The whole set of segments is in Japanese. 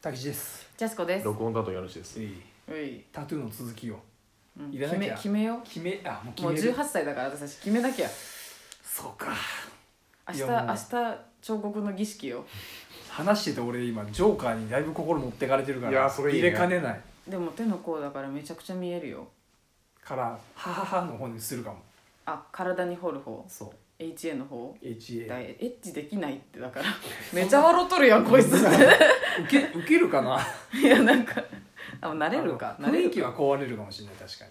たけしですジャスコです。録音だとやるしです。ういタトゥーの続きをうんいらなき決めゃ決めよ決めあもうう。もう決める18歳だから私たち決めなきゃ。そうか明い日や明もう日彫刻の儀式よ。話してて俺今ジョーカーにだいぶ心持ってかれてるからいやそれいい入ねれかねないでも手の甲だからめちゃくちゃ見えるよ。から「ははは」の方にするかもあ体に掘る方そう HA の方 HA だいエッチできないっ てだからめちゃ笑っとるやんこいつい受け受けるかなやなんかあ慣れるかあの雰慣れ囲る気は壊れるかもしれない確かに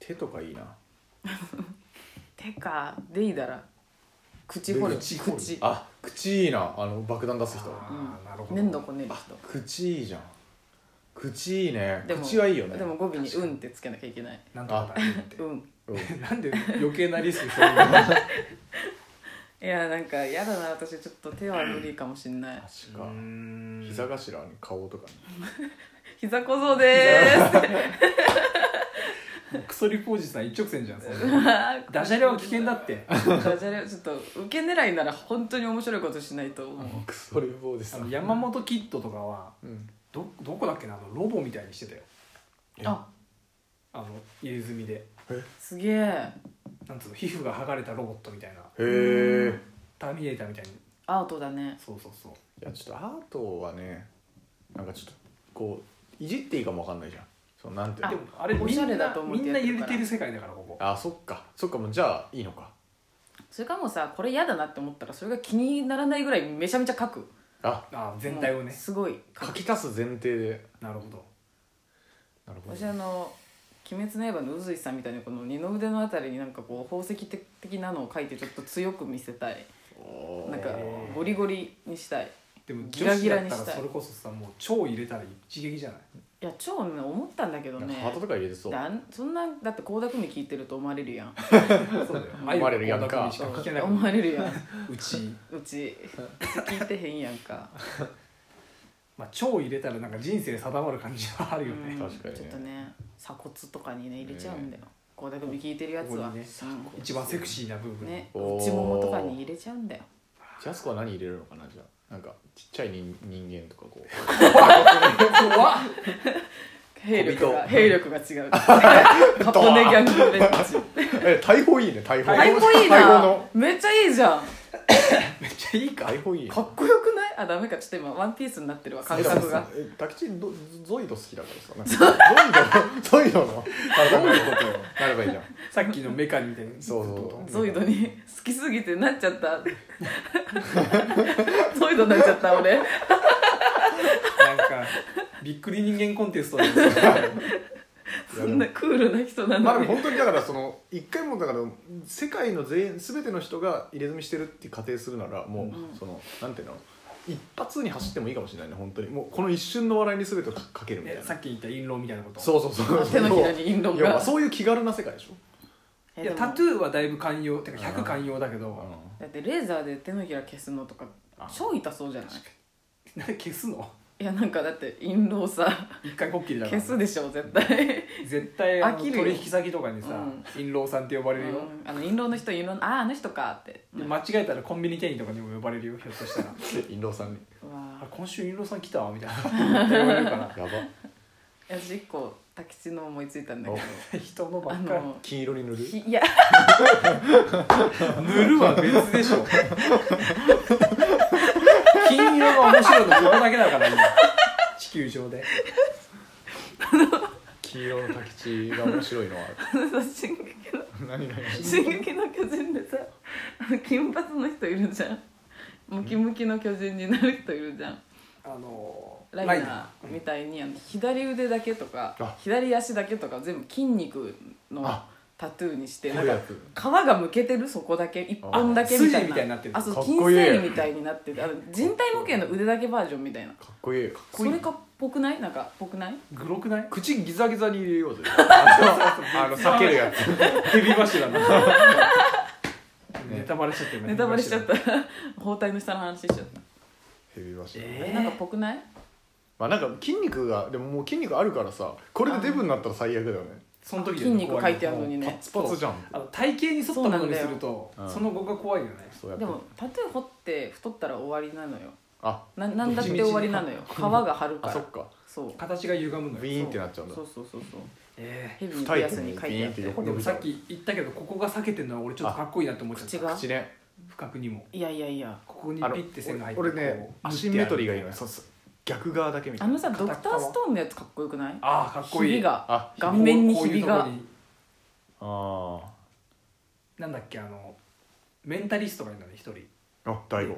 手とかいいな。手かでいいだら口掘る口口掘るあ、口いいな。あの爆弾出す人。あーなるほどうん粘土こねる人口いいじゃん。口いいね。でも口はいいよね。でも語尾に「確かうにん」ってつけなきゃいけないなんとかだねって「うんうん なんで余計なリスクそういう の」いやなんかやだな私ちょっと手は無理かもしんない確うか。ーん膝頭に顔とかね。膝小僧でーす クソリポージさん一直線じゃんそれダ ダジャレは危険だってダジャレはちょっと受け狙いなら本当に面白いことしないと思うクソレボーであさの。山本キッドとかはうん。どどこだっけなあのロボみたいにしてたよああの入れ墨ですげえなんつうの皮膚が剥がれたロボットみたいなへえ。ターミネーターみたいにアートだねそうそうそういやちょっとアートはね、なんかちょっとこういじっていいかもわかんないじゃん。そうなんていうあでの。もあれみおしゃんれだなと思っみてんやなってるから揺れてる世界だからここあ、そっか。そっかもうじゃあいいのか。それかもうさこれ嫌だなって思ったらそれが気にならないぐらいめちゃめちゃ書くあ、あ全体をもうねすごい書書くき足す前提で。なるほどなるほ私どあ。の「鬼滅の刃」の宇髄さんみたいにこの二の腕のあたりになんかこう宝石的なのを書いてちょっと強く見せたいおーなんかゴリゴリにしたいいでもギ女ラギ子だラっにたしたいらそれこそさもう超入れたら一撃じゃないや超ね思ったんだけどなんねかハートとか入れてそう。だんそんなだって倖田來未聞いてると思われるやんそうだよ思われるやんか愛の倖田來未し 聞けない思われるやんうち、うち聞いてへんやん かまあ、超入れたらなんか人生定まる感じはあるよね、うん確かにねちょっとね鎖骨とかにね入れちゃうんだよ倖田來未聞いてるやつこはこにねうん一番セクシーな部分、ねおー内ももとかに入れちゃうんだよジャスコは何入れるのかなじゃあなんかちっちゃい人人間とかこう怖っ 兵力小が人兵 力が違う箱根ギャングベッジ え大砲いいね大砲かっこいいなめっちゃいいじゃんめっちゃいいか大砲いいかっこよくないあダメかちょっと今ワンピースになってるわ感覚がえタキチンどゾイド好きだからさなんかゾイドのゾイドの体のことよなればいいじゃんさっきのメカニみたいなそうそうずっとゾイドに好きすぎてなっちゃったゾイドになっちゃった俺なんかびっくり人間コンテスト なんですよそんなクールな人な まあのでもに本当にだからその一回もだから世界の全全ての人が入れ墨してるって仮定するならもうんうそのなんていうの一発に走ってもいいかもしれないね本当にもうこの一瞬の笑いに全てをかかけるみたいねなさっき言った陰謀みたいなことそうそうそう手のひらに陰論いやまがあそういう気軽な世界でしょえいやでもタトゥーはだいぶ寛容てかう100ん寛容だけど、だってレーザーで手のひら消すのとかあ超痛そうじゃないなんで消すのいやなんかだって陰謀さ一回こっきりだか消らすでしょ絶対絶対あの飽きるよ取引先とかにさうん陰謀さんって呼ばれるよ、うんあの陰謀の人陰謀のあああの人かってで間違えたらコンビニ店員とかにも呼ばれるよひょっとしたら印籠さんにうわあ今週陰謀さん来たわみたいな絶対言われる からやばー私一個滝地の思いついたんだけどお人のばあっかりの金色に塗るひいや 塗るは別でし ょ金色が面白いのここだけだから今地球上で金色の滝地が面白いのは進撃の 何何進撃の巨人でさあの金髪の人いるじゃんムキムキの巨人になる人いるじゃんあのライライナナーみたいにあの左腕だけとかあ左足だけとか全部筋肉のあタトゥーにしてな何んやかつ皮がむけてるそこだけ一本だけあみたいな筋みたいになってるあそうかっ筋こいい繊維みたいになっててあの人体模型の腕だけバージョンみたいなかっこいいかっそこいいれかっぽくないなんかっぽくないグロくない口ギザギザに入れ ようぜあの避けるやつ蛇柱の ネタバレしちゃってるネタバレしちゃった 包帯の下の話しちゃったヘビーバシあれえなんかっぽくないまあなんか筋肉がでももう筋肉あるからさこれでデブになったら最悪だよねその時筋肉書いてあるのにねパねツパツじゃんあの体型に沿ったものにするとそうなんだよその後が怖いよねそうやっでてもタトゥー彫って太ったら終わりなのよあななんだって終わりなのよ皮が張るかあらそっかそう形が歪むのビよーンってなっちゃうんだそうそうそうそうえヘビにピアスに二重書でいてビーあンっってて横ー、でに伸もびさたっき言ったけどここが裂けてるのは俺ちょっとかっこいいなって思っちゃ口ったが口ね不覚にもいやいやいやここにピあのッて線が入って俺ねこうアシンメトリーがいい縫のよってそうそう逆側だけみたあいなのさドクターストーンのやつかっこよくないあるあーかっこいいひびがあ顔面にひびこがういうとこにあなんだっけあのメンタリストがいるのね一人ーあ大悟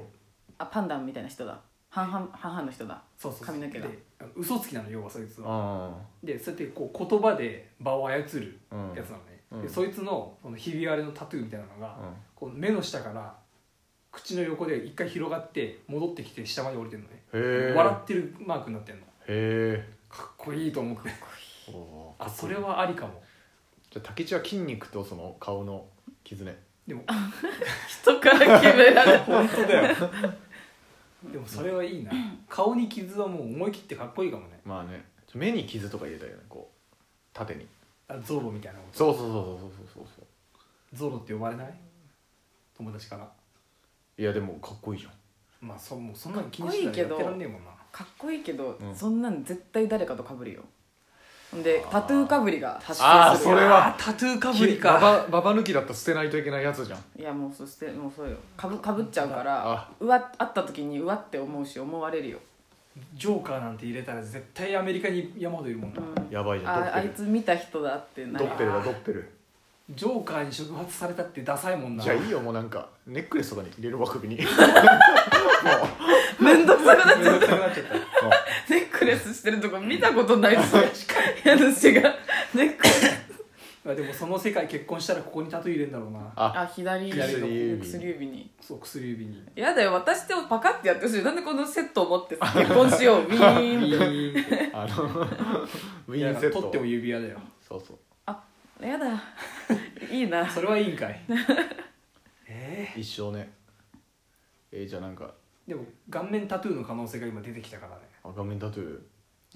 あパンダンみたいな人だ半々半々の人だそうそうそう髪の毛がであの嘘つきなの要はそいつはあでそうやってこう言葉で場を操るあうんやつなのね、うんでそいつのそのひび割れのタトゥーみたいなのが、こう目の下から口の横で一回広がって戻ってきて下まで降りてるのね、へえ笑ってるマークになってるのへかっこいいと思ってえおーあそれはありかもじゃあ竹内は筋肉とその顔の傷ねで も人から決められる本当だよでもそれはいいな顔に傷はもう思い切ってかっこいいかもねまあね目に傷とか入れたいよねこう縦にあゾロみたいなことそうそうそうそうそうそうそうゾロって呼ばれない友達からいやでもかっこいいじゃんまあそもうそんなの気にしてたらやってらんねえもんなかっこいいけど、うんそんなん絶対誰かとかぶるよほんであータトゥーかぶりが発あ生ーすそるれよはあータトゥーかぶりバかバババ抜きだったら捨てないといけないやつじゃんいやもうそしてもうそうよかぶかぶっちゃうからあうわ会った時にうわって思うし思われるよ、ジョーカーなんて入れたら絶対アメリカに山ほどいるもんな、うん、やばいじゃんドああッペいルつ見た人だってなドるッペルだドッペルジョーカーに触発されたってダサいもんな じゃあいいよもうなんかネックレスとかに入れるわ首にもう面倒くさくなっめんちゃどうくさくなっちゃったネックレスしてるとこ見たことないですね家主がネックレスまあでもその世界結婚したらここにタトゥー入れんだろうなああ左指薬指薬指にそう薬指にやだよ私とパカってやってほしいなんでこのセットを持ってさ結婚しようウィーンっていあの ウィやーンセット取っても指輪だよそうそうやだいいなそれはいいん かいえ一生ねえー、じゃあなんかー、でも顔面タトゥーの可能性が今出てきたからね赤面タトゥ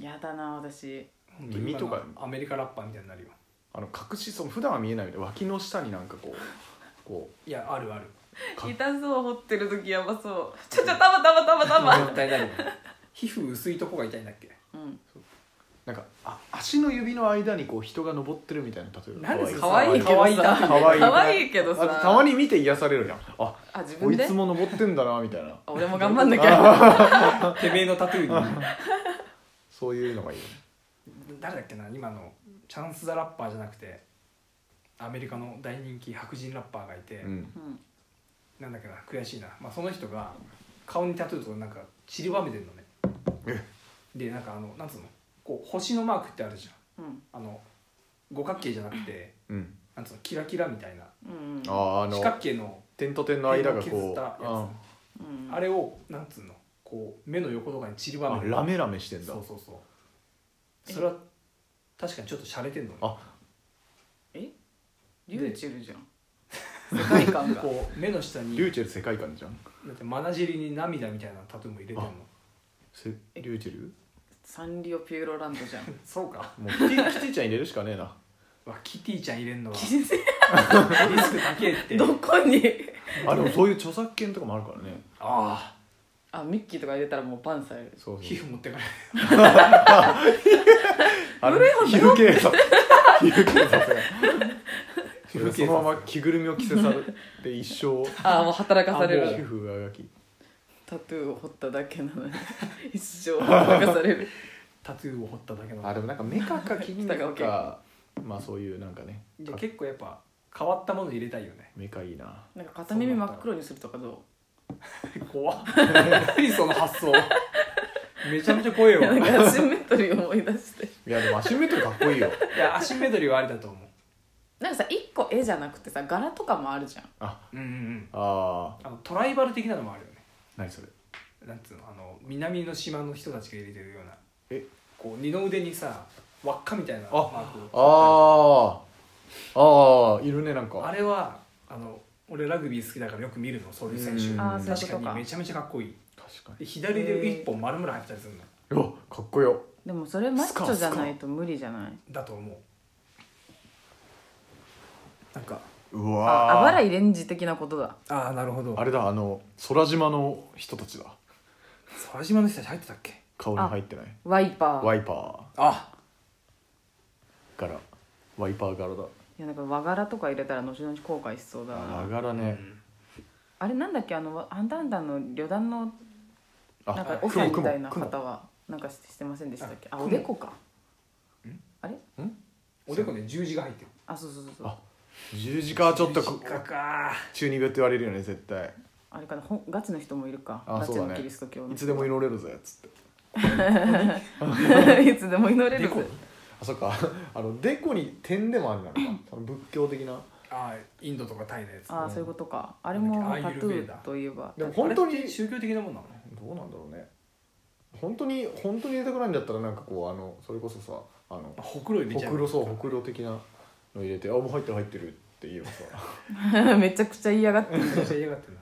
ーやだな私本当に耳とか今のアメリカラッパーみたいになるよあの隠しその普段は見えないみたいな脇の下になんかこう こいやあるあるうか痛そう掘ってる時やばそうちょちょたまたまたまたま絶対なるよ皮膚薄いとこが痛いんだっけうんなんかあ足の指の間にこう人が登ってるみたいなタトゥーなんでそれ可愛いけかわいいどさかわいい可愛いけどあさたまに見て癒されるじゃんああ自こ分いでつも登ってんだなみたいなあ俺も頑張んなきゃてめえのタトゥーにそういうのがいいよね誰だっけな今のチャンス・ザ・ラッパーじゃなくてアメリカの大人気白人ラッパーがいて、うんうんなんだっけな悔しいな、まあ、その人が顔にタトゥーとかなんか散りばめてるのねえでなんかあのなんつうのこう星のマークってあるじうんゃんあの五角形じゃなくてうんなんつうのキラキラみたいなうんあーあ四角の形の点と点の間が点を削こっうたやつあうんあれをなんつうのこう目の横とかに散りばあめてるラメラメしてんだそうそうそうそれは確かにちょっと洒落てんのねあえリューチェルじゃん 世界観がこう目の下にリューチェル世界観じゃんだってまなじりに涙みたいなタトゥーも入れてんのせリューチェルサンリオピューロランドじゃんそうかもうキテ ィキティちゃん入れるしかねえなわキティちゃん入れんのはリス人生ク高えって どこにあでもそういう著作権とかもあるからねああミッキーとか入れたらもうバンされるそあうそ皮う膚持ってかれあの皮膚 警察皮膚警察が皮膚警察そのまま着ぐるみを着せされて一生 あもう働かされあも皮るう膚ががきタトゥーを彫っただけな のに一生働かされるタトゥーを彫っただけのあでもなんか目かか筋北川肉景かまあそういうなんかねじゃあ結構やっぱ変わったもの入れたいよね 目かいいななんか片耳真っ黒にするとかど怖っ何その発想めちゃめちゃ怖えういやわないんかアシンメトリー思い出していやでもアシンメトリーかっこいいよやアシンメトリーはありだと思 なんかさ一個絵じゃなくてさ柄とかもあるじゃんあううんうんうんああのトライバル的なのもあるよねー何それなんつうのあの南の島の人たちが入れてるようなえこう二の腕にさ輪っかみたいなマークああああいるねなんあかれはあの俺ラグビー好きだからよく見るのそういう選う手んあーそういうこと確かかにめちゃめちゃかっこいい確かで左で一本丸々入ってたりするのにうわかっこよでもそれマッチョじゃないと無理じゃないだと思うなんかうあわあーばらいレンジ的なことだああなるほどあれだあの空島の人たちだ空島の人たち入ってたっけ顔に入ってないワイパーワいイパあー柄ワイパー柄だやなんか和柄とか入れたら後々後悔しそうだな和柄ねあれなんだっけあのアンダンダンの旅団のあなんかオオフフィィススみみたたいいなな方はなんかしてませんでしたっけああおでこかんあれおでこで十字が入ってるあそうそうそうそうあ十字架はちょっと十こ字架か中二病って言われるよね絶対あれかなほんガチの人もいるかあガチそうのだねキリスト教のいつでも祈れるぜっつって いつでも祈れるでこあそっか あのデコに点でもあるなのかその仏教的なあーインドとかタイのやつああそういうことかあれもなんだっけアータトユルベゥーダーといえばでも本本当当にに宗教的なもんなのどうなんだろうね本当に本当に入れたくないんだったらなんかこうあのそれこそさあのほくろ入れほちゃうくろそうほくろ的なの入れて「あもう入ってる入ってる」って言えば さめちゃくちゃ嫌がってめちゃくちゃ嫌がってるな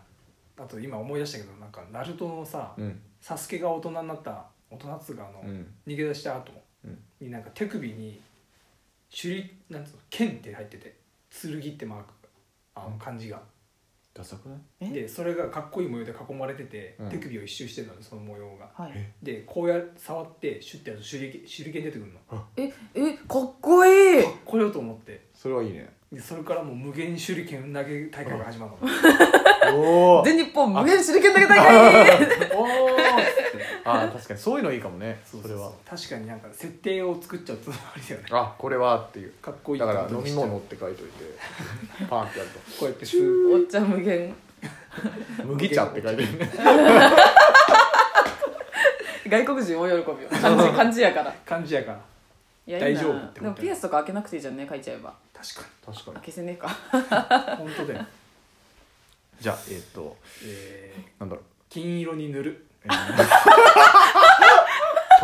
あと今思い出したけどなんかナルトのさうんサスケが大人になった大人っつうかあの、うん逃げ出した後うんになんか手首に手裏なんつうの剣って入ってて剣ってマークあの漢字が、ダサくないえでそれがかっこいい模様で囲まれてて、うん手首を一周してるのでその模様がはいえでこうや触ってシュッてやると手裏剣手裏剣出てくるのええかっこいいこれよと思ってそれはいいねでそれからもう無限手裏剣投げ大会が始まったの、おお全日本無限手裏剣だけ大会おおあー確かにそういうのいいかもねそそれれはは確かになんか設定を作っちゃうつもりだよねあこれはっていうかっこいいだかっらてこ飲とにみしちゃう物って書いといてパーンってやるこうやってスーお茶無限と麦茶って書いてるね外国人大喜びよ漢 字漢字やから感じやからいやいいな大丈夫ってことでもピアスとか開けなくていいじゃんね書いちゃえば確か 確かに開けせねえかに本当だよ、じゃあえーっとえーなんだろう金色に塗るえー